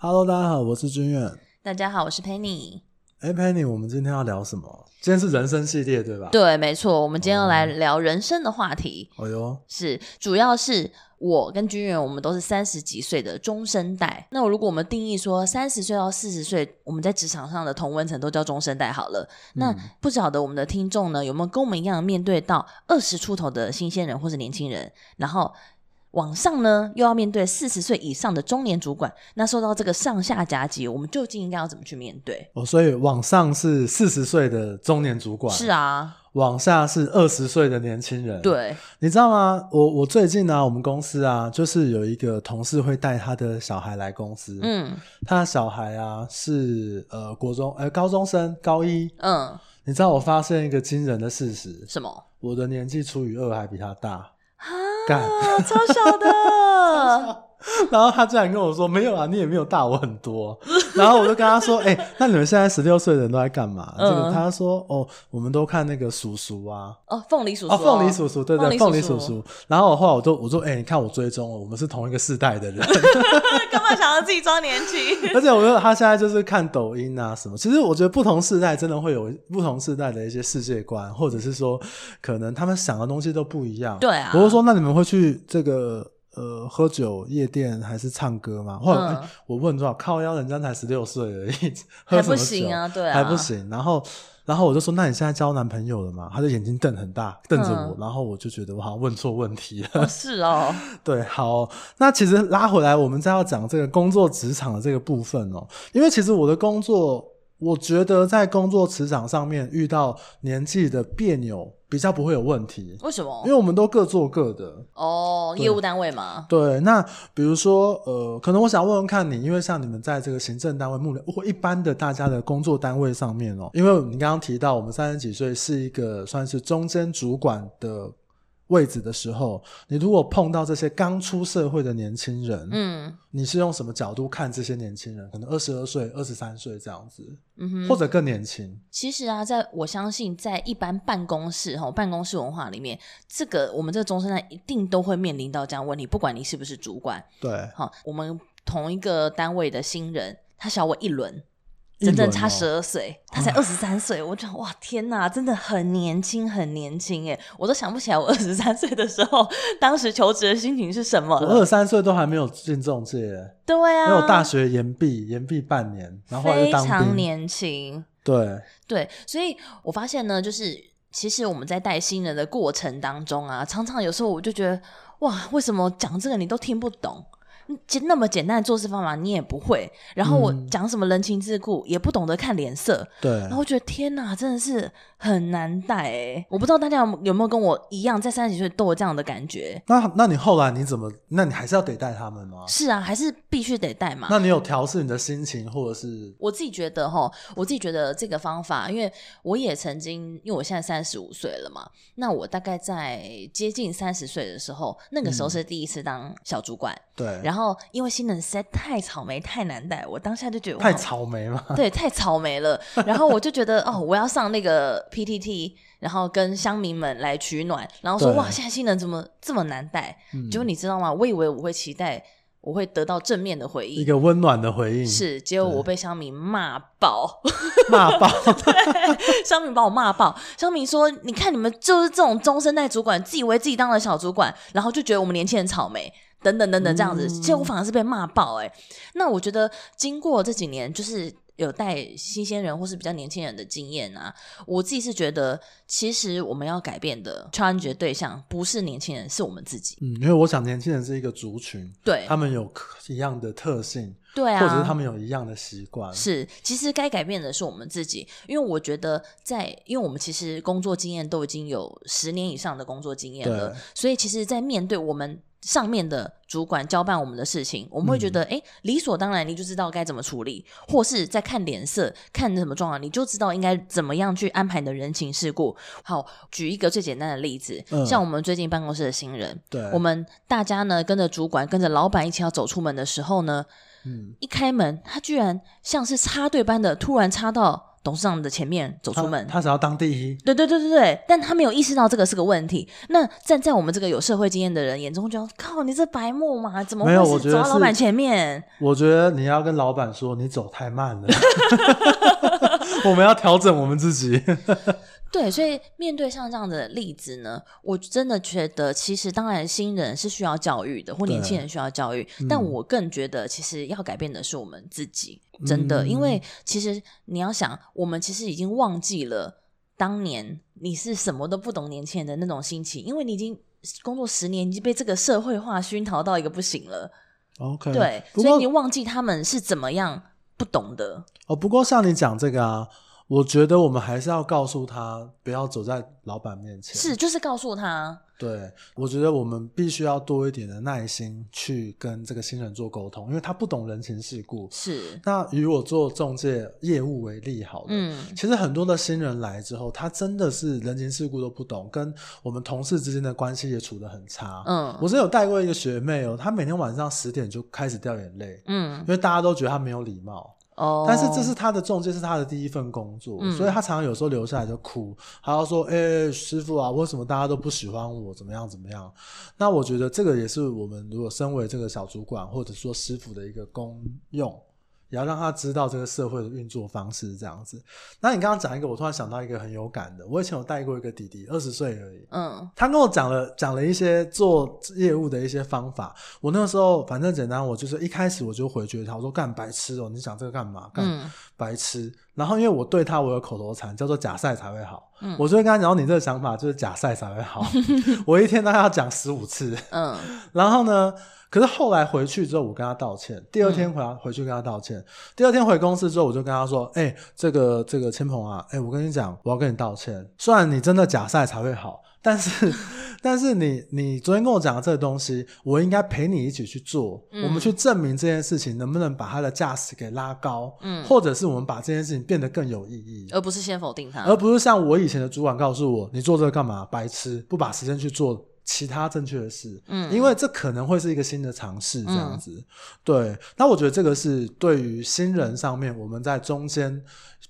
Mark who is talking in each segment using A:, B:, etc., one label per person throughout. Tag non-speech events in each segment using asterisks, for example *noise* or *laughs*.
A: Hello，大家好，我是君远。
B: 大家好，我是 Penny。
A: 哎，Penny，我们今天要聊什么？今天是人生系列，对吧？。
B: 对，没错，我们今天要来聊人生的话题，
A: 哎呦，
B: 是主要是我跟君远，我们都是三十几岁的中生代。那如果我们定义说三十岁到四十岁，我们在职场上的同温层都叫中生代好了。那不晓得我们的听众呢，有没有跟我们一样面对到二十出头的新鲜人或是年轻人，然后往上呢又要面对四十岁以上的中年主管？那受到这个上下夹击，我们究竟应该要怎么去面对？
A: 哦，所以往上是四十岁的中年主管，
B: 是，啊，
A: 往下是二十岁的年轻人。，
B: 对，
A: 你知道吗？我我最近呢、我们公司啊，就是有一个同事会带他的小孩来公司，，
B: 嗯。
A: 他的小孩啊是呃国中呃高中生高一。
B: 嗯，
A: 你知道我发现一个惊人的事实，
B: 什么
A: 我的年纪除以二还比他大，
B: 啊？
A: 干。
B: 超小的，
A: 然后他竟然跟我说：“没有啊，你也没有大我很多。”然后我就跟他说：“哎、那你们现在十六岁的人都在干嘛？”这个
B: 嗯
A: 他说：“哦，我们都看那个叔叔啊，
B: 哦，凤梨叔叔，
A: 哦，凤梨叔，叔，对对，凤
B: 凤
A: 梨
B: 梨
A: 叔
B: 叔叔
A: 叔。”然后我后来我就我说：“哎、你看我追踪了，我们是同一个世代的人。
B: 干嘛想要自己装年轻？
A: 而且我觉得他现在就是看抖音啊什么。其实我觉得不同世代真的会有不同世代的一些世界观，或者是说可能他们想的东西都不一样。
B: 对啊
A: 我就说，那你们会去这个呃喝酒夜店还是唱歌吗？后来、
B: 嗯
A: 哎我问多少靠腰，人家才十六岁而已， *laughs* *laughs* 喝
B: 还
A: 什么酒
B: 不行啊对啊
A: 还不行。然后。然后我就说：“那你现在交男朋友了吗？”他就眼睛瞪很大，瞪着我。
B: 嗯
A: 然后我就觉得我好像问错问题了。
B: 哦
A: *laughs*
B: 是哦，
A: 对，好，那其实拉回来，我们再要讲这个工作职场的这个部分哦，因为其实我的工作，我觉得在工作职场上面遇到年纪的别扭，比较不会有问题，
B: 为什
A: 因
B: 么？
A: 为我们都各做各的。
B: 哦，业务单位嘛，
A: 对，那比如说，呃，可能我想问问看你，因为像你们在这个行政单位、幕僚或一般的大家的工作单位上面哦，因为你刚刚提到我们三十几岁是一个算是中间主管的位置的时候，你如果碰到这些刚出社会的年轻人，
B: 嗯
A: 你是用什么角度看这些年轻人？可能二十二岁、二十三岁这样子，
B: 嗯哼，
A: 或者更年轻。
B: 其实啊，在我相信，在一般办公室哈、办公室文化里面，这个我们这个中生代一定都会面临到这样的问题，不管你是不是主管，
A: 对，
B: 好、我们同一个单位的新人，他小我一轮，
A: 一
B: 整整
A: 轮
B: 差
A: 哦
B: 十二岁，他才二十三岁，我讲哇天哪，真的很年轻，很年轻耶！我都想不起来我二十三岁的时候，当时求职的心情是什么
A: 我二
B: 了。
A: 十三岁都还没有进中介，因
B: 对啊，
A: 为我大学延毕，延毕半年，然后后来
B: 非
A: 就当
B: 常
A: 兵。
B: 年轻，
A: 对，
B: 对，所以我发现呢，就是其实我们在带新人的过程当中啊，常常有时候我就觉得，哇，为什么讲这个你都听不懂？嗯简那么简单的做事方法你也不会，然后我
A: 嗯
B: 讲什么人情世故也不懂得看脸色，
A: 对，
B: 然后我觉得天哪，真的是很难带哎、我不知道大家有有没有跟我一样，在三十几岁都有这样的感觉。
A: 那那你后来你怎么？那你还是要得带他们吗？
B: 是啊，还是必须得带嘛。
A: 那你有调试你的心情，或者是
B: 我自己觉得哈，我自己觉得这个方法，因为我也曾经，因为我现在三十五岁了嘛，那我大概在接近三十岁的时候，那个时候
A: 嗯
B: 是第一次当小主管，
A: 对，
B: 然后因为新人实在太草莓太难带，我当下就觉得
A: 太
B: 哇
A: 草莓嘛？
B: 对，太草
A: *laughs*
B: 莓了。然后我就觉得，哦，我要上那个 PTT，然后跟乡民们来取暖。然后说，
A: 对
B: 哇，现在新人怎么这么难带？
A: 嗯
B: 结果你知道吗？我以为我会期待我会得到正面的回
A: 一
B: 应，
A: 个温暖的回应，
B: 是，结果我被乡民骂爆，
A: 骂爆，
B: *laughs* 乡民把我骂爆。乡民说，你看你们就是这种中生代主管，自以为自己当了小主管，然后就觉得我们年轻人草莓。等等等等，这样子，
A: 嗯
B: 结果我反而是被骂爆哎、那我觉得经过这几年，就是有带新鲜人或是比较年轻人的经验啊，我自己是觉得，其实我们要改变的 challenge 的对象不是年轻人，是我们自己。
A: 嗯，因为我想年轻人是一个族群，
B: 对
A: 他，们有可一样的特性，
B: 对啊，
A: 或者是他们有一样的习惯，
B: 是，其实该改变的是我们自己，因为我觉得在，因为我们其实工作经验都已经有十年以上的工作经验了
A: 对，
B: 所以其实，在面对我们上面的主管交办我们的事情，我们会
A: 嗯
B: 觉得，哎、理所当然，你就知道该怎么处理，或是在看脸色、看什么状况，你就知道应该怎么样去安排你的人情世故。好，举一个最简单的例子，
A: 嗯
B: 像我们最近办公室的新人，
A: 对，
B: 我们大家呢跟着主管、跟着老板一起要走出门的时候呢，
A: 嗯，
B: 一开门，他居然像是插队般的突然插到董事长的前面走
A: 他
B: 出门。
A: 他只要当第一，
B: 对对对对对，但他没有意识到这个是个问题。那站在我们这个有社会经验的人眼中，就要靠你这白目嘛，怎么
A: 没有
B: 会
A: 我
B: 是
A: 觉
B: 走
A: 得
B: 到老
A: 是
B: 板前面？
A: 我觉得你要跟老板说你走太
B: *laughs*
A: 慢了， *laughs* 我们要调整我们自己。
B: 对，所以面对像这样的例子呢，我真的觉得，其实当然新人是需要教育的，或
A: 对嗯
B: 年轻人需要教育，但我更觉得其实要改变的是我们自己，真的，因
A: 嗯
B: 为其实你要想，我们其实已经忘记了当年你是什么都不懂年轻人的那种心情，因为你已经。工作十年，你已经被这个社会化熏陶到一个不行了，
A: OK，
B: 对，
A: 不
B: 所以
A: 过
B: 你忘记他们是怎么样不懂的，
A: 哦，不过像你讲这个啊，我觉得我们还是要告诉他不要走在老板面前。
B: 是就是告诉他，
A: 对，我觉得我们必须要多一点的耐心去跟这个新人做沟通，因为他不懂人情世故。
B: 是，
A: 那以我做中介业务为例好了，
B: 嗯，
A: 其实很多的新人来之后，他真的是人情世故都不懂，跟我们同事之间的关系也处得很差。
B: 嗯
A: 我真有带过一个学妹哦，她每天晚上十点就开始掉眼泪，
B: 嗯
A: 因，为大家都觉得她没有礼貌。
B: 哦，
A: 但是这是他的中介，是他的第一份工作，
B: 嗯
A: 所以他常常有时候留下来就哭，还要说：“哎、师傅啊，为什么大家都不喜欢我？怎么样怎么样？”那我觉得这个也是我们如果身为这个小主管或者说师傅的一个功用，也要让他知道这个社会的运作方式这样子。那你刚刚讲一个，我突然想到一个很有感的，我以前有带过一个弟弟，二十岁而已，
B: 嗯
A: 他跟我讲了讲了一些做业务的一些方法。我那时候反正简单，我就是一开始我就回绝他，我说干白痴哦、你想这个干嘛？干、
B: 嗯
A: 白痴。然后因为我对他我有口头禅，叫做假赛才会好。
B: 嗯
A: 我就会跟他讲，你这个想法就是假赛才会
B: *laughs*
A: 好。我一天大概要讲十五次。
B: 嗯
A: 然后呢，可是后来回去之后，我跟他道歉。第二天回来、回去跟他道歉。第二天回公司之后，我就跟他说：“哎、这个这个千鹏啊，哎、我跟你讲，我要跟你道歉。虽然你真的假赛才会好，但
B: *laughs*
A: 是但是你你昨天跟我讲的这个东西，我应该陪你一起去做。
B: 嗯
A: 我们去证明这件事情能不能把它的价值给拉高，
B: 嗯，
A: 或者是我们把这件事情变得更有意义。”
B: 而不是先否定他，
A: 而不是像我以前的主管告诉我，你做这个干嘛？白痴，不把时间去做其他正确的事。
B: 嗯
A: 因为这可能会是一个新的尝试，这样子。对，那我觉得这个是对于新人上面，我们在中间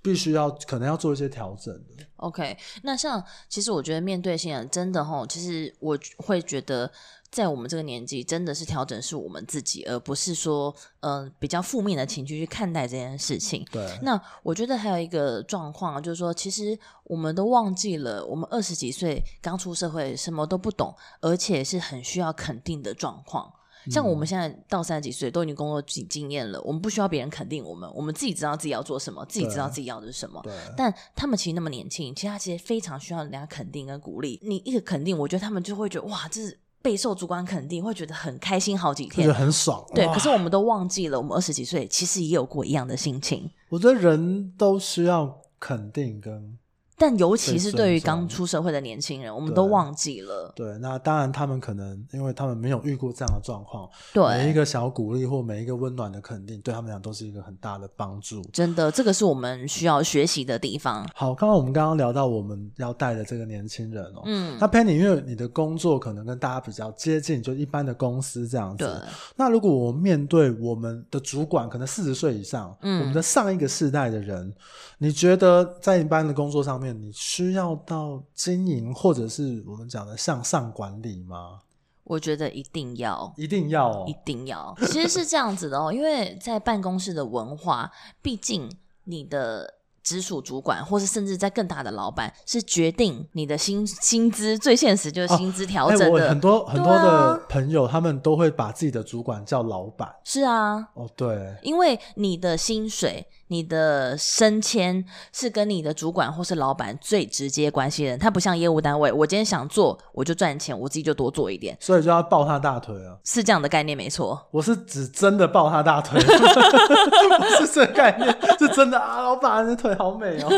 A: 必须要可能要做一些调整的。
B: OK，那像其实我觉得面对新人真的吼，其实我会觉得在我们这个年纪，真的是调整是我们自己，而不是说嗯、呃比较负面的情绪去看待这件事情。
A: 对，
B: 那我觉得还有一个状况啊，就是说，其实我们都忘记了，我们二十几岁刚出社会，什么都不懂，而且是很需要肯定的状况。像我
A: 嗯
B: 们现在到三十几岁，都已经工作经经验了，我们不需要别人肯定我们，我们自己知道自己要做什么，自己知道
A: 对
B: 自己要的是什么。
A: 对，
B: 但他们其实那么年轻，其实他其实非常需要人家肯定跟鼓励。你一个肯定，我觉得他们就会觉得哇，这是备受主管肯定，会觉得很开心好几
A: 我觉得
B: 天。
A: 很爽。
B: 对，
A: 哇
B: 可是我们都忘记了，我们二十几岁其实也有过一样的心情，
A: 我觉得人都需要肯定跟
B: 但尤其
A: 被
B: 是
A: 尊
B: 对于
A: 重
B: 刚出社会的年轻人，我们都
A: 对
B: 忘记了。
A: 对。那当然，他们可能因为他们没有遇过这样的状况，每一
B: 对，
A: 个小鼓励或每一个温暖的肯定，对他们俩都是一个很大的帮助。
B: 真的，这个是我们需要学习的地方。
A: 好，刚刚我们刚刚聊到我们要带的这个年轻人哦，
B: 嗯
A: 那，Penny，因为你的工作可能跟大家比较接近，就一般的公司这样
B: 对，
A: 子。那如果我面对我们的主管，可能四十岁以上，
B: 嗯
A: 我们的上一个世代的人，你觉得在一般的工作上面，你需要到经营或者是我们讲的向上管理吗？
B: 我觉得一定要。
A: 一定要哦
B: 一，定要。其实是这样子的哦，因为在办公室的文化，毕竟你的直属主管，或是甚至在更大的老板，是决定你的薪薪资最现实就是薪资调
A: 哎
B: 整
A: 我
B: 的。
A: 很多很多
B: 对啊
A: 的朋友，他们都会把自己的主管叫老板。
B: 是啊，
A: 哦，对，
B: 因为你的薪水、你的升迁是跟你的主管或是老板最直接关系的人，他不像业务单位，我今天想做我就赚钱，我自己就多做一点，
A: 所以就要抱他大腿啊。
B: 是这样的概念没错。
A: 我是指真的抱他大腿， *laughs* 不是这个概念，是真的啊！老板，你的腿好美哦。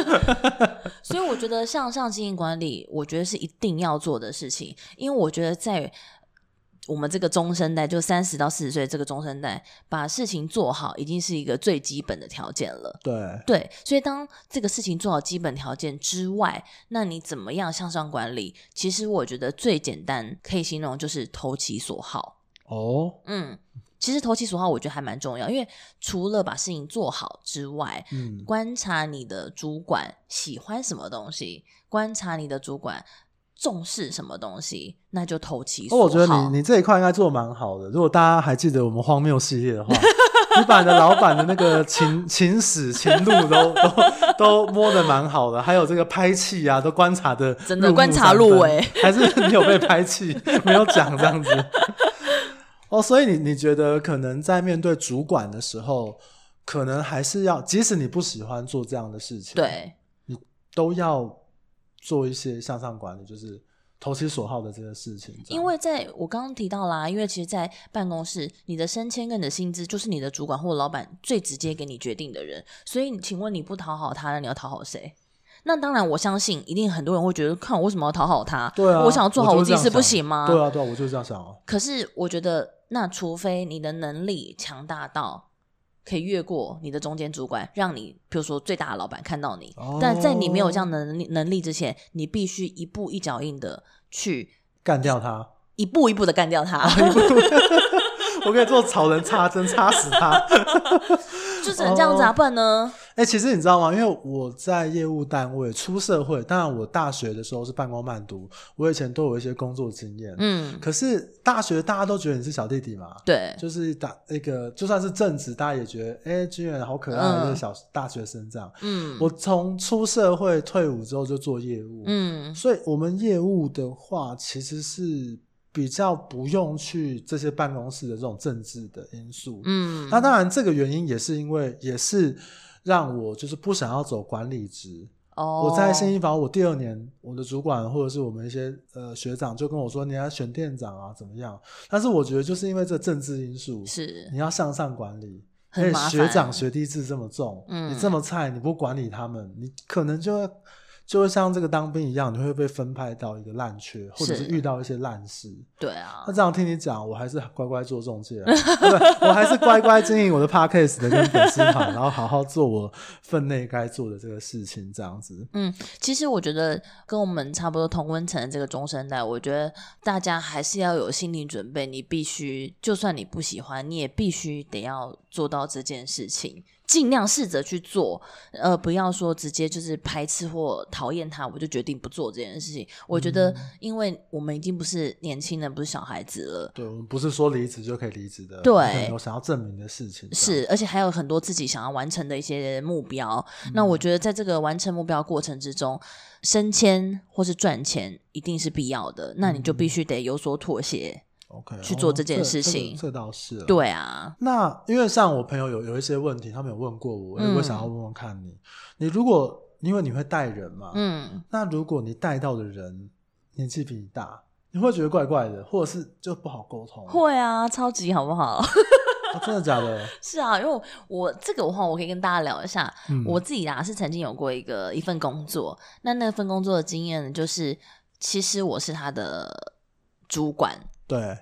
B: 所以我觉得向上经营管理，我觉得是一定要做的事情，因为我觉得在我们这个中生代，就三十到四十岁这个中生代，把事情做好已经是一个最基本的条件了。
A: 对，
B: 对，所以当这个事情做好基本条件之外，那你怎么样向上管理？其实我觉得最简单可以形容就是投其所好。
A: 哦，
B: 嗯，其实投其所好，我觉得还蛮重要，因为除了把事情做好之外，
A: 嗯，
B: 观察你的主管喜欢什么东西，观察你的主管重视什么东西，那就投其
A: 哦，
B: 所好。
A: 我觉得你你这一块应该做得蛮好的。如果大家还记得我们荒谬系列的话，你把你的老板的那个情 *laughs* 情史、情路都都都摸得蛮好的，还有这个拍戏啊，都观察的
B: 真的观察入微，
A: 还是你有被拍戏没有讲这样子？哦，所以你你觉得可能在面对主管的时候，可能还是要，即使你不喜欢做这样的事情，，
B: 对
A: 都要做一些向上管理，就是投其所好的这个事情。这样
B: 因为在我刚刚提到啦，因为其实，在办公室，你的升迁跟你的薪资就是你的主管或老板最直接给你决定的人，所以你请问你不讨好他，那你要讨好谁？那当然，我相信一定很多人会觉得，看我为什么要讨好他？
A: 对啊，
B: 我想要做好
A: 我
B: 我
A: 就是这
B: 自
A: 样
B: 己事不
A: 想
B: 行吗？
A: 对啊，对啊，我就是这样想哦。
B: 可是我觉得，那除非你的能力强大到可以越过你的中间主管，让你比如说最大的老板看到你，
A: 哦
B: 但在你没有这样的能力能力之前，你必须一步一脚印的去
A: 干掉他，
B: 一步一步的干掉
A: *laughs*
B: 他，
A: 我可以做草人插针，插死他。 *laughs*
B: 就只能这样子啊，不然呢？
A: 哎、其实你知道吗？因为我在业务单位出社会，当然我大学的时候是半工半读，我以前都有一些工作经验。
B: 嗯，
A: 可是大学大家都觉得你是小弟弟嘛，
B: 对，
A: 就是打那个就算是正职，大家也觉得哎、居然好可爱，
B: 嗯
A: 就是小大学生这样。
B: 嗯，
A: 我从出社会退伍之后就做业务，
B: 嗯
A: 所以我们业务的话，其实是比较不用去这些办公室的这种政治的因素。
B: 嗯，
A: 那当然，这个原因也是因为，也是让我就是不想要走管理职。
B: 哦，
A: 我在新一房，我第二年，我的主管或者是我们一些呃学长就跟我说，你要选店长啊，怎么样？但是我觉得就是因为这政治因素，
B: 是
A: 你要向上管理。
B: 很
A: 而且
B: 麻烦
A: 哎学长学弟制这么重，
B: 嗯
A: 你这么菜，你不管理他们，你可能就会就会像这个当兵一样，你会被分派到一个烂缺，或者是
B: 是
A: 遇到一些烂事。
B: 对啊
A: 那，这样听你讲，我还是乖乖做中介、啊， *laughs* 不，我还是乖乖经营我的 podcast 的跟粉丝团，然后好好做我分内该做的这个事情，这样子。
B: 嗯，其实我觉得跟我们差不多同温层的这个中生代，我觉得大家还是要有心理准备，你必须，就算你不喜欢，你也必须得要做到这件事情，尽量试着去做，呃，不要说直接就是排斥或讨厌他，我就决定不做这件事情。我觉
A: 嗯
B: 得，因为我们已经不是年轻人，不是小孩子了。
A: 对我们不是说离职就可以离职的，
B: 对
A: 我们可能有想要证明的事情。这样，
B: 是，而且还有很多自己想要完成的一些目标。那
A: 嗯
B: 我觉得，在这个完成目标过程之中，升迁或是赚钱一定是必要的，那你就
A: 嗯
B: 必须得有所妥协。
A: OK
B: 去做
A: 哦
B: 这件事情
A: 这这个这倒是啊
B: 对啊，
A: 那因为像我朋友有有一些问题，他们有问过我，
B: 嗯
A: 我也想要问问看你，你如果因为你会带人嘛，
B: 嗯，
A: 那如果你带到的人年纪比你大，你会觉得怪怪的，或者是就不好沟通，
B: 会啊，超级好不好？ *laughs*
A: 啊真的假的？
B: 是啊，因为我我这个的话，我可以跟大家聊一下，
A: 嗯
B: 我自己啊是曾经有过一个一份工作，那那份工作的经验呢，就是其实我是他的主管，
A: 对，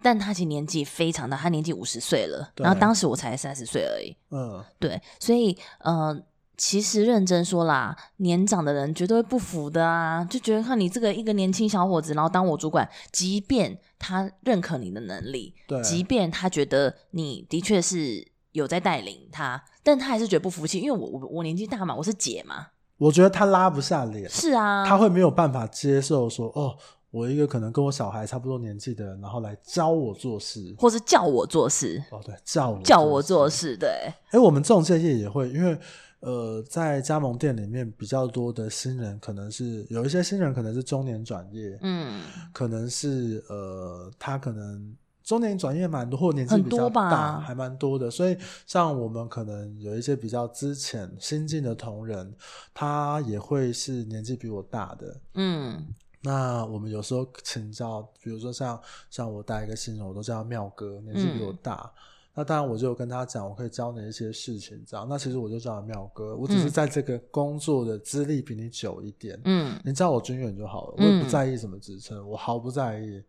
B: 但他其实年纪非常大，他年纪五十岁了，
A: 对
B: 然后当时我才三十岁而已。
A: 嗯，
B: 对，所以呃，其实认真说啦，年长的人绝对会不服的啊，就觉得看你这个一个年轻小伙子，然后当我主管，即便他认可你的能力，
A: 对
B: 即便他觉得你的确是有在带领他，但他还是觉得不服气，因为我我我年纪大嘛，我是姐嘛，
A: 我觉得他拉不下脸，
B: 是啊，
A: 他会没有办法接受说，哦，我一个可能跟我小孩差不多年纪的人，然后来教我做事。
B: 或是叫我做事，
A: 哦，对，叫我
B: 叫我做
A: 事。
B: 事，对，
A: 哎，我们这种介业也会，因为呃，在加盟店里面比较多的新人，可能是有一些新人可能是中年转业，
B: 嗯，
A: 可能是呃，他可能中年转业蛮多，或年纪
B: 很
A: 比较
B: 多吧
A: 大，还蛮多的。所以像我们可能有一些比较之前新进的同仁，他也会是年纪比我大的。
B: 嗯，
A: 那我们有时候请教，比如说像像我带一个新人，我都叫他妙哥，年纪比
B: 嗯
A: 我大。那当然，我就有跟他讲，我可以教你一些事情，这样。那其实我就叫他妙哥，我只是
B: 嗯
A: 在这个工作的资历比你久一点，
B: 嗯，
A: 你叫我军远就好了，我也不
B: 嗯
A: 在意什么职称，我毫不在意。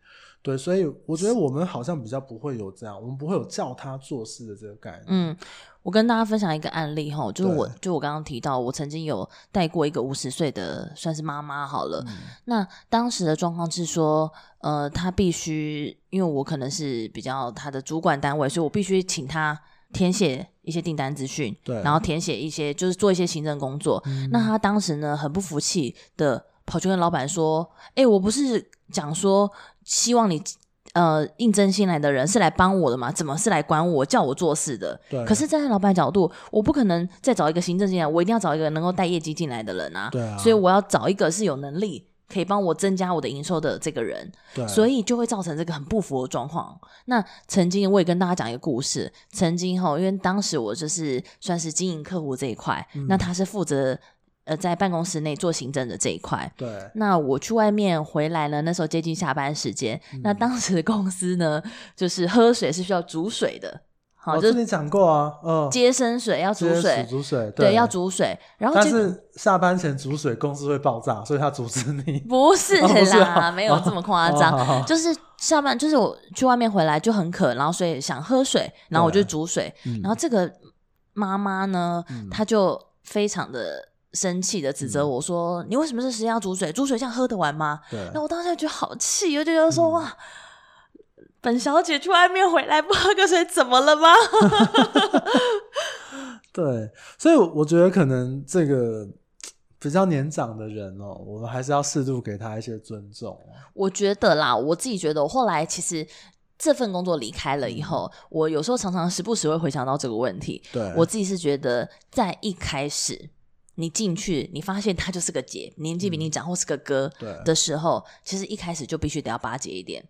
A: 对，所以我觉得我们好像比较不会有这样，我们不会有叫他做事的这个概念。
B: 嗯，我跟大家分享一个案例哈，就是我
A: 对
B: 就我刚刚提到，我曾经有带过一个五十岁的，算是妈妈好
A: 嗯
B: 了。那当时的状况是说，呃，她必须，因为我可能是比较她的主管单位，所以我必须请她填写一些订单资讯，
A: 对
B: 然后填写一些就是做一些行政工作。
A: 嗯
B: 那她当时呢很不服气的跑去跟老板说：“哎、我不是讲说希望你。”呃，应征新来的人是来帮我的嘛？怎么是来管我、叫我做事的？
A: 对，
B: 可是站在老板角度，我不可能再找一个行政进来，我一定要找一个能够带业绩进来的人啊。
A: 对啊，
B: 所以我要找一个是有能力可以帮我增加我的营收的这个人，
A: 对，
B: 所以就会造成这个很不符的状况。那曾经我也跟大家讲一个故事，曾经哈，因为当时我就是算是经营客户这一块，那
A: 嗯
B: 他是负责呃在办公室内做行政的这一块，
A: 对
B: 那我去外面回来了，那时候接近下班时间。
A: 嗯
B: 那当时公司呢，就是喝水是需要煮水的，好、
A: 我
B: 哦就
A: 之前
B: 是
A: 讲过啊，嗯，
B: 接生水要煮
A: 哦直接
B: 水，
A: 煮水，
B: 对，要。煮水。然后
A: 但
B: 就是
A: 下班前煮水，公司会爆炸，所以他阻止你。
B: 不是
A: 哦不是
B: 啦，
A: 啊
B: 没有这么 *laughs* 夸张。
A: 哦好好
B: 就是下班，就是我去外面回来就很渴，然后所以想喝水，然后我就
A: 对
B: 煮水。
A: 嗯
B: 然后这个妈妈呢，
A: 嗯
B: 她就非常的生气的指责我说：“你为什么这时间要煮水？煮水这样喝得完吗？”
A: 对嗯
B: 那我当下觉得好气，我就觉得说、哇，本小姐去外面回来不喝个水怎么了吗？
A: 对，所以我我觉得可能这个比较年长的人哦，我们还是要适度给他一些尊重哦。
B: 我觉得啦，我自己觉得，我后来其实这份工作离开了以后，
A: 嗯
B: 我有时候常常时不时会回想到这个问题。
A: 对，
B: 我自己是觉得，在一开始你进去，你发现他就是个姐，年纪比你长或是个哥
A: 嗯对
B: 的时候，其实一开始就必须得要巴结一点。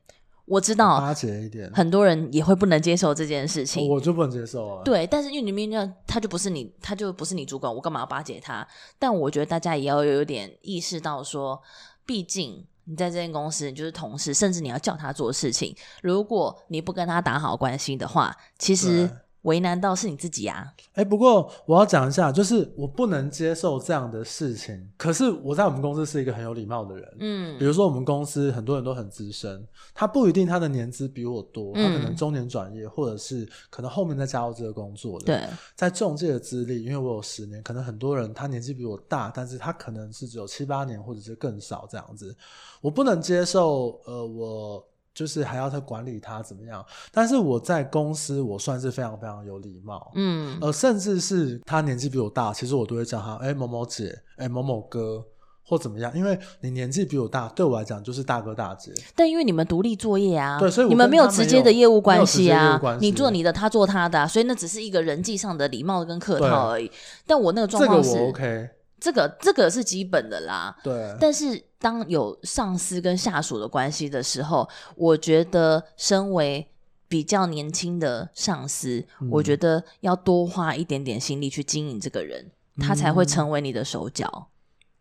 B: 我知道
A: 哦巴结一点，
B: 很多人也会不能接受这件事情，
A: 我就不能接受啊。
B: 对，但是因为你明明他就不是你，他就不是你主管，我干嘛要巴结他？但我觉得大家也要有点意识到说，毕竟你在这间公司，你就是同事，甚至你要叫他做事情，如果你不跟他打好关系的话，其
A: 对
B: 实为难到是你自己啊。
A: 哎、不过我要讲一下，就是我不能接受这样的事情。可是我在我们公司是一个很有礼貌的人，比
B: 嗯，
A: 如说我们公司很多人都很资深，他不一定他的年资比我多，他可能
B: 嗯
A: 中年转业，或者是可能后面再加入这个工作的。，
B: 对，
A: 在中介的资历，因为我有十年，可能很多人他年纪比我大，但是他可能是只有七八年或者是更少这样子，我不能接受。呃，我就是还要他管理他怎么样，但是我在公司我算是非常非常有礼貌。
B: 嗯，
A: 呃，甚至是他年纪比我大，其实我都会叫他哎、某某姐，哎、某某哥或怎么样，因为你年纪比我大，对我来讲就是大哥大姐。
B: 但因为你们独立作业啊，
A: 对所以我
B: 你们
A: 跟
B: 没
A: 他
B: 有
A: 没
B: 直接
A: 有
B: 的业务
A: 没
B: 关
A: 有直接
B: 系
A: 业务
B: 啊，
A: 关
B: 你
A: 系
B: 做你的，他做他的、啊，所以那只是一个人际上的礼貌跟客
A: 对
B: 套而已。但我那个状
A: 这个
B: 况是，
A: 我 OK，
B: 这个这个是基本的啦。
A: 对，
B: 但是当有上司跟下属的关系的时候，我觉得身为比较年轻的上司，
A: 嗯
B: 我觉得要多花一点点心力去经营这个人，他才
A: 嗯
B: 会成为你的手脚。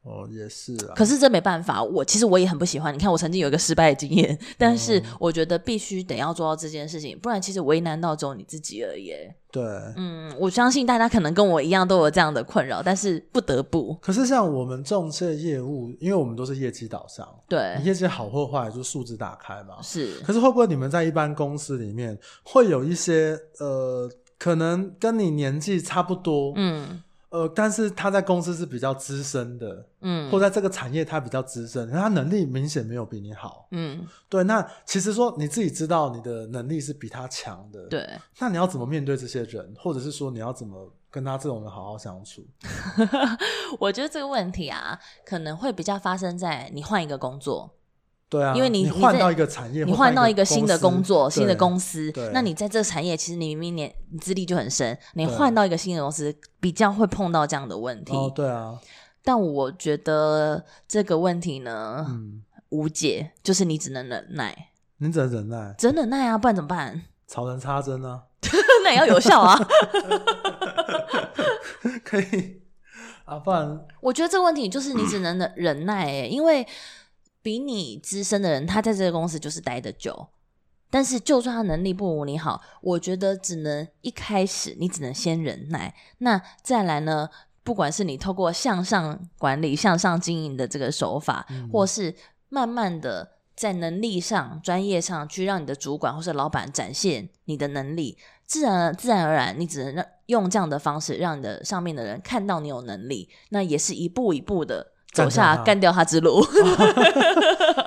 A: 哦也是啊。
B: 可是这没办法，我其实我也很不喜欢。你看，我曾经有一个失败的经验，但
A: 嗯
B: 是我觉得必须得要做到这件事情，不然其实为难到只有你自己而已。
A: 对，
B: 嗯，我相信大家可能跟我一样都有这样的困扰，但是不得不
A: 可是像我们重这业务，因为我们都是业绩导向，
B: 对
A: 你，业绩好或坏就是数字打开嘛。
B: 是
A: 可是会不会你们在一般公司里面会有一些呃，可能跟你年纪差不多，
B: 嗯
A: 呃，但是他在公司是比较资深的，
B: 嗯
A: 或在这个产业他比较资深，他能力明显没有比你好。
B: 嗯，
A: 对，那其实说你自己知道你的能力是比他强的，，
B: 对， *laughs*
A: 那你要怎么面对这些人，或者是说你要怎么跟他这种人好好相处？
B: 我觉得这个问题啊，可能会比较发生在你换一个工作，
A: 对啊，
B: 因为
A: 你
B: 你你
A: 换
B: 在
A: 到一个产业，
B: 你
A: 或
B: 换到
A: 到
B: 一个新的工作、新的
A: 对
B: 公司
A: 对，
B: 那你在这个产业其实你明明年你资历就很深，你
A: 对
B: 换到一个新的公司，比较会碰到这样的问题。
A: 哦，对啊，
B: 但我觉得这个问题呢，
A: 嗯，
B: 无解，就是你只能忍耐，
A: 你只能忍耐，
B: 只能忍耐啊，不然怎么办？ *laughs*
A: 草人插针啊呢、
B: 那也要有效啊。
A: *laughs*
B: *laughs*
A: 可以啊，不然
B: 我觉得这个问题就是你只能忍忍耐、欸，因为比你资深的人，他在这个公司就是待得久。但是，就算他能力不如你好，我觉得只能一开始你只能先忍耐，那再来呢？不管是你透过向上管理、向上经营的这个手法，
A: 嗯
B: 或是慢慢的在能力上、专业上去让你的主管或是老板展现你的能力，自然自然而然，你只能让用这样的方式让你的上面的人看到你有能力，那也是一步一步的走
A: 干
B: 下
A: 掉他
B: 干掉他之
A: *laughs*
B: 路。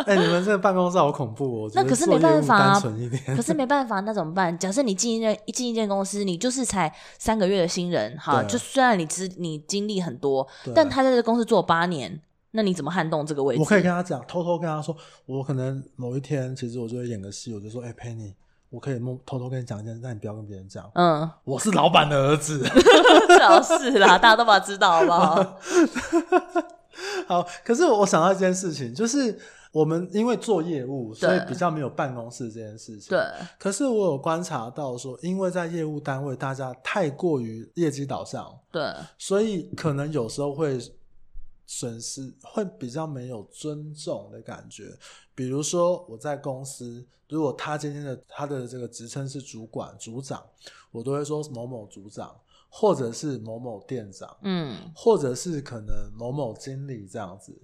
A: 哎、你们这个办公室好恐怖哦！我觉得
B: 那可是
A: 做
B: 没办
A: 业务
B: 法啊
A: 单纯一点。
B: 可是没办法，那怎么办？假设你进一任一进一间公司，你就是才三个月的新人，哈，
A: 对
B: 就虽然你资你经历很多
A: 对，啊
B: 但他在这公司做八年，那你怎么撼动这个位置？
A: 我可以跟他讲，偷偷跟他说，我可能某一天，其实我就会演个戏，我就说，哎、佩妮，我可以默偷偷跟你讲一件事，但你不要跟别人讲，
B: 嗯， *laughs*
A: 我是老板的儿子。 *laughs*
B: 最好是啦，大家都把它知道，好不好？
A: 好，可是我想到一件事情，就是我们因为做业务，所以
B: 对
A: 比较没有办公室这件事情。
B: 对，
A: 可是我有观察到说，因为在业务单位，大家太过于业绩导向，
B: 对，
A: 所以可能有时候会损失，会比较没有尊重的感觉。比如说我在公司，如果他今天的他的这个职称是主管、组长，我都会说某某组长，或者是某某店长，
B: 嗯，
A: 或者是可能某某经理这样子。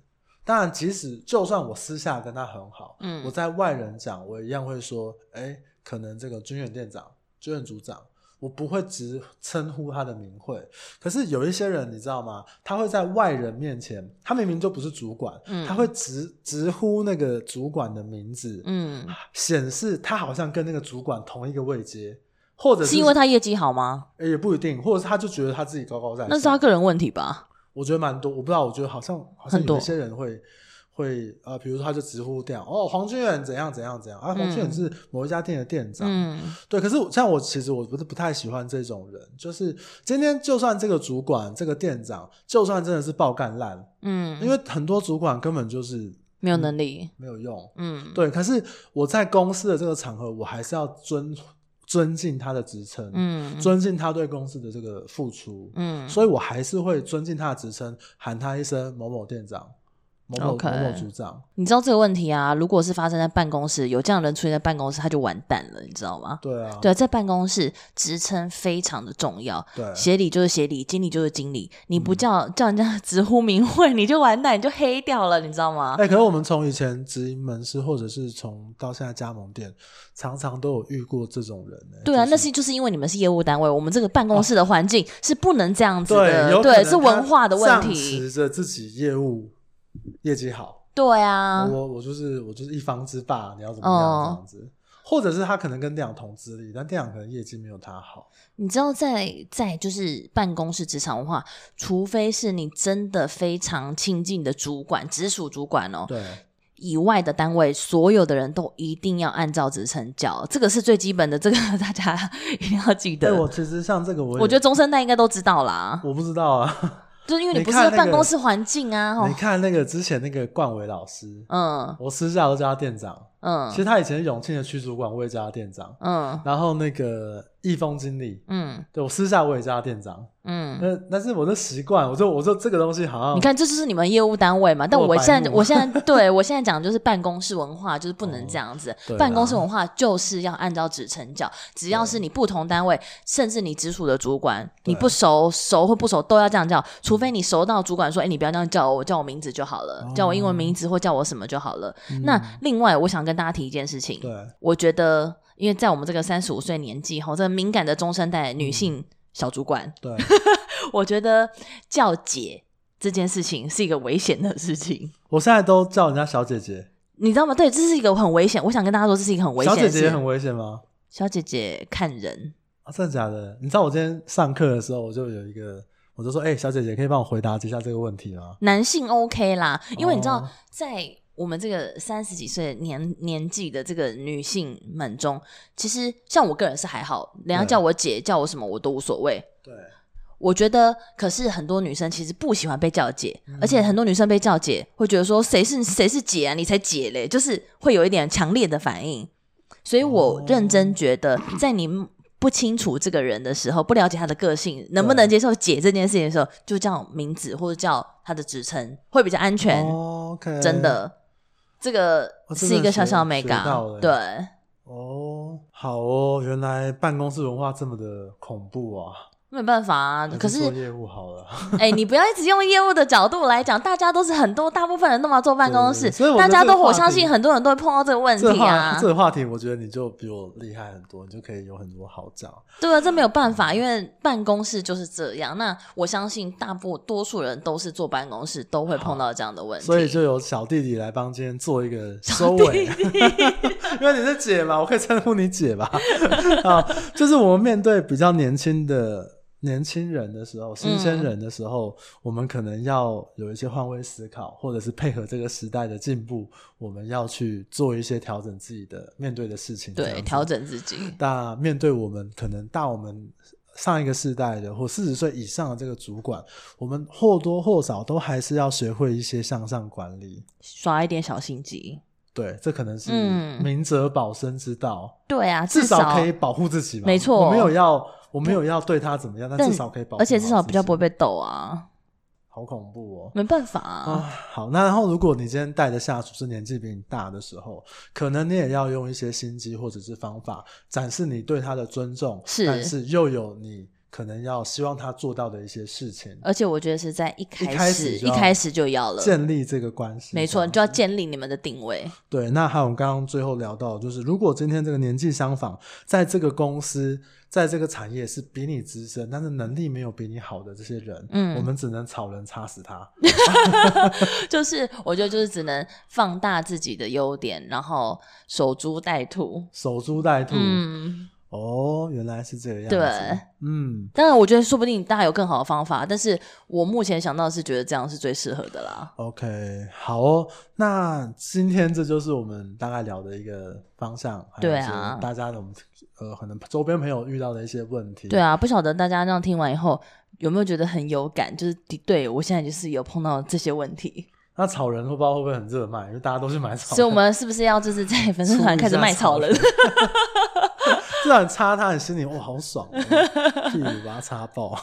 A: 当然，即使就算我私下跟他很好，
B: 嗯
A: 我在外人讲，我一样会说，哎、可能这个军远店长、军远组长，我不会直称呼他的名讳。可是有一些人，你知道吗？他会在外人面前，他明明就不是主管，
B: 嗯
A: 他会直直呼那个主管的名字，
B: 嗯，
A: 显示他好像跟那个主管同一个位阶，或 *laughs* 者是
B: 是因为他业绩好吗？
A: 诶也不一定，或者是他就觉得他自己高高在上。
B: 那是他个人问题吧？
A: 我觉得蛮多，我不知道，我觉得好像好像
B: 很多
A: 有一些人会会呃，比如说他就直呼这样，哦，黄俊远怎样怎样怎样啊，黄俊远
B: 嗯
A: 是某一家店的店长，
B: 嗯
A: 对。可是我像我其实我不是不太喜欢这种人，就是今天就算这个主管这个店长，就算真的是爆干烂，
B: 嗯，
A: 因为很多主管根本就是
B: 没有能力，
A: 没有用，
B: 嗯，
A: 对。可是我在公司的这个场合，我还是要尊尊敬他的职称，
B: 嗯
A: 尊敬他对公司的这个付出，
B: 嗯，
A: 所以我还是会尊敬他的职称，喊他一声某某店长、某某
B: OK
A: 某某组长。
B: 你知道这个问题啊？如果是发生在办公室，有这样的人出现在办公室，他就完蛋了，你知道吗？
A: 对啊，
B: 对，在办公室职称非常的重要，
A: 对
B: 协理就是协理，经理就是经理，你
A: 嗯
B: 不叫、叫人家直呼名讳，你就完蛋，你就黑掉了，你知道吗？
A: 哎、可是我们从以前直营门市，或者是从到现在加盟店，常常都有遇过这种人、欸。
B: 对啊，
A: 就
B: 那是就是因为你们是业务单位，我们这个办公室的环境是不能这样子
A: 对，有
B: 的，
A: 可能
B: 对，是文化的问
A: 他
B: 题，
A: 仗着自己业务业绩好，
B: 对啊，
A: 我我就是我就是一方之霸，你要怎么样
B: 哦
A: 这样子？或者是他可能跟店长同资历，但店长可能业绩没有他好。
B: 你知道在在就是办公室职场文化，除非是你真的非常亲近的主管、直属主管哦，
A: 对，
B: 以外的单位，所有的人都一定要按照职称叫，这个是最基本的，这个 *laughs* 大家一定要记
A: 对
B: 得。
A: 哎我其实像这个我也，
B: 我觉得中生代应该都知道啦，
A: 我不知道啊。
B: 就是因为你
A: 你
B: 不是
A: 看那个
B: 办公室环境啊，吼
A: 你看那个之前那个冠伟老师，
B: 嗯
A: 我私下都叫他店长。其
B: 嗯
A: 实他以前是永庆的区主管，我也叫他店长。
B: 嗯
A: 然后那个易峰经理，
B: 嗯
A: 对我私下我也叫他店长。
B: 嗯，
A: 那、但是我的习惯，我就我就这个东西好像
B: 你看这就是你们业务单位嘛，但
A: 我
B: 我
A: 白
B: 现在
A: 嗯目哦
B: 我
A: *laughs*
B: 现在对我现在讲的就是办公室文化，就是不能这样子，
A: 对啦啊
B: 办公室文化就是要按照职称叫，只要是你不同单位，甚至你直属的主管，
A: 对
B: 你不熟熟或不熟都要这样叫，除非你熟到主管说，哎，你不要这样叫我，我叫我名字就好
A: 哦
B: 了，叫我英文名字或叫我什么就好了。那另外，我想跟大家提一件事情，
A: 嗯对
B: 我觉得，因为在我们这个三十五岁年纪，吼，这个敏感的中生代女
A: 嗯
B: 性小主管，
A: 对，
B: 我觉得叫姐这件事情是一个危险的事情，
A: 我现在都叫人家小姐姐，
B: 你知道吗？对，这是一个很危险。我想跟大家说，这是一个很危险
A: 小
B: 的
A: 姐
B: 事。
A: 姐也很危险吗？
B: 小姐姐看人，
A: 啊，真的假的？你知道我今天上课的时候，我就有一个，我就说，哎、小姐姐可以帮我回答一下这个问题吗？
B: 男性 OK 啦，因为你知道，
A: 哦
B: 在我们这个三十几岁的年年纪的这个女性们中，其实像我个人是还好，人家
A: 对
B: 叫我姐叫我什么我都无所谓。
A: 对，
B: 我觉得，可是很多女生其实不喜欢被叫姐，
A: 嗯
B: 而且很多女生被叫姐会觉得说谁是谁是姐啊，你才姐嘞，就是会有一点强烈的反应。所以我
A: 哦
B: 认真觉得，在你不清楚这个人的时候，不了解他的个性，能不能接受姐这件事情的时候，就叫名字或者叫他的职称会比较安全。
A: 哦 OK，
B: 真的，这个
A: 哦真的
B: 是一个小小
A: 学
B: 美
A: 学
B: 感
A: 到，了
B: 对，
A: 哦，好哦，原来办公室文化这么的恐怖啊！
B: 没办法啊。可
A: 还
B: 是
A: 做，业务好了， *laughs*
B: 哎、你不要一直用业务的角度来讲，大家都是很多大部分人都嘛坐办公
A: 对
B: 室
A: 对对所以，我
B: 大
A: 觉得
B: 家
A: 这个
B: 都
A: 话
B: 我
A: 题
B: 相信很多人都会碰到这个
A: *laughs*
B: 问
A: 这
B: 题
A: 话
B: 啊
A: 这。个话题，我觉得你就比我厉害很多，你就可以有很多好讲。
B: 对啊，这没有办法，因为办公室就是这样。那我相信大部多数人都是坐办公室，都会碰到这样的问题。
A: 所以就由小弟弟来帮今天做一个收尾， *laughs* 因为你是姐嘛，我可以称呼你姐吧。 *laughs* 啊，就是我们面对比较年轻的年轻人的时候，
B: 嗯
A: 新鲜人的时候，我们可能要有一些换位思考，或者是配合这个时代的进步，我们要去做一些调整自己的面对的事情。这样
B: 对
A: 子
B: 调整自己，
A: 那面对我们可能大我们上一个世代的或四十岁以上的这个主管，我们或多或少都还是要学会一些向上管理。
B: 耍一点小心
A: 嗯
B: 机。
A: 对，这可能是
B: 嗯
A: 明哲保身之道，
B: 对啊，
A: 至
B: 少
A: 可以保护自己嘛。
B: 没错
A: 我没有要，我没有要对他怎么样，但
B: 但
A: 至少可以保护好
B: 而
A: 自己，
B: 且至少比较不会被斗啊，
A: 好恐怖哦。
B: 没办法啊。
A: 啊，好，那然后如果你今天带的下属是年纪比你大的时候，可能你也要用一些心机或者是方法展示你对他的尊重，
B: 是
A: 但是又有你可能要希望他做到的一些事情，
B: 而且我觉得是在一
A: 一
B: 开
A: 开
B: 始
A: 始就
B: 一
A: 要
B: 开始就要了，
A: 建立这个关系。
B: 没
A: 这
B: 错，
A: 样
B: 你就要建立你们的定位。
A: 对，那还有我们刚刚最后聊到，就是如果今天这个年纪相仿，在这个公司，在这个产业是比你资深，但是能力没有比你好的这些人，
B: 嗯
A: 我们只能草人插死他。
B: 就是我觉得就是只能放大自己的优点，然后守株待兔。
A: 守株待兔。
B: 嗯，
A: 哦，原来是这个样子。
B: 对，
A: 嗯，
B: 当然我觉得说不定大家有更好的方法，但是我目前想到是觉得这样是最适合的啦。
A: OK，好哦，那今天这就是我们大概聊的一个方向，还有
B: 对
A: 一些
B: 啊
A: 大家的我们呃可能周边朋友遇到的一些问题，
B: 对，啊，不晓得大家这样听完以后有没有觉得很有感？就是对我现在就是有碰到这些问题，
A: 那草人会不知道会不会很热卖，因为大家都去买草人，
B: 所以我们是不是要就是
A: *laughs*
B: 在粉丝团开始卖草 *laughs* 人？
A: 至少你插他，你心里哇好爽、哦，屁股把它插爆。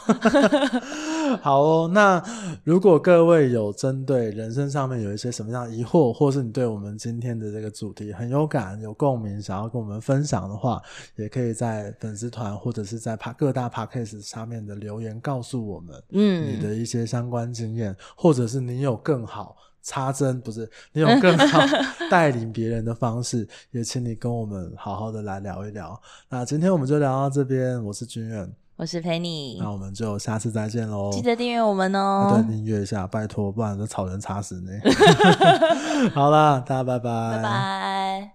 A: *laughs* 好哦，那如果各位有针对人生上面有一些什么样的疑惑，或是你对我们今天的这个主题很有感、有共鸣，想要跟我们分享的话，也可以在粉丝团或者是在帕各大 p a c k a s e 上面的留言告诉我们你
B: 嗯，
A: 的一些相关经验，或者是你有更好。插针不是，你有更
B: *laughs*
A: 好带领别人的方式，也请你跟我们好好的来聊一聊。那今天我们就聊到这边，我是君远，
B: 我是陪你，
A: 那我们就下次再见喽。
B: 嗯记得订阅我们
A: 啊
B: 哦
A: 对，，订 *laughs* 阅一下，拜托，不然这草人插死你。好啦，大家拜拜，
B: 拜拜。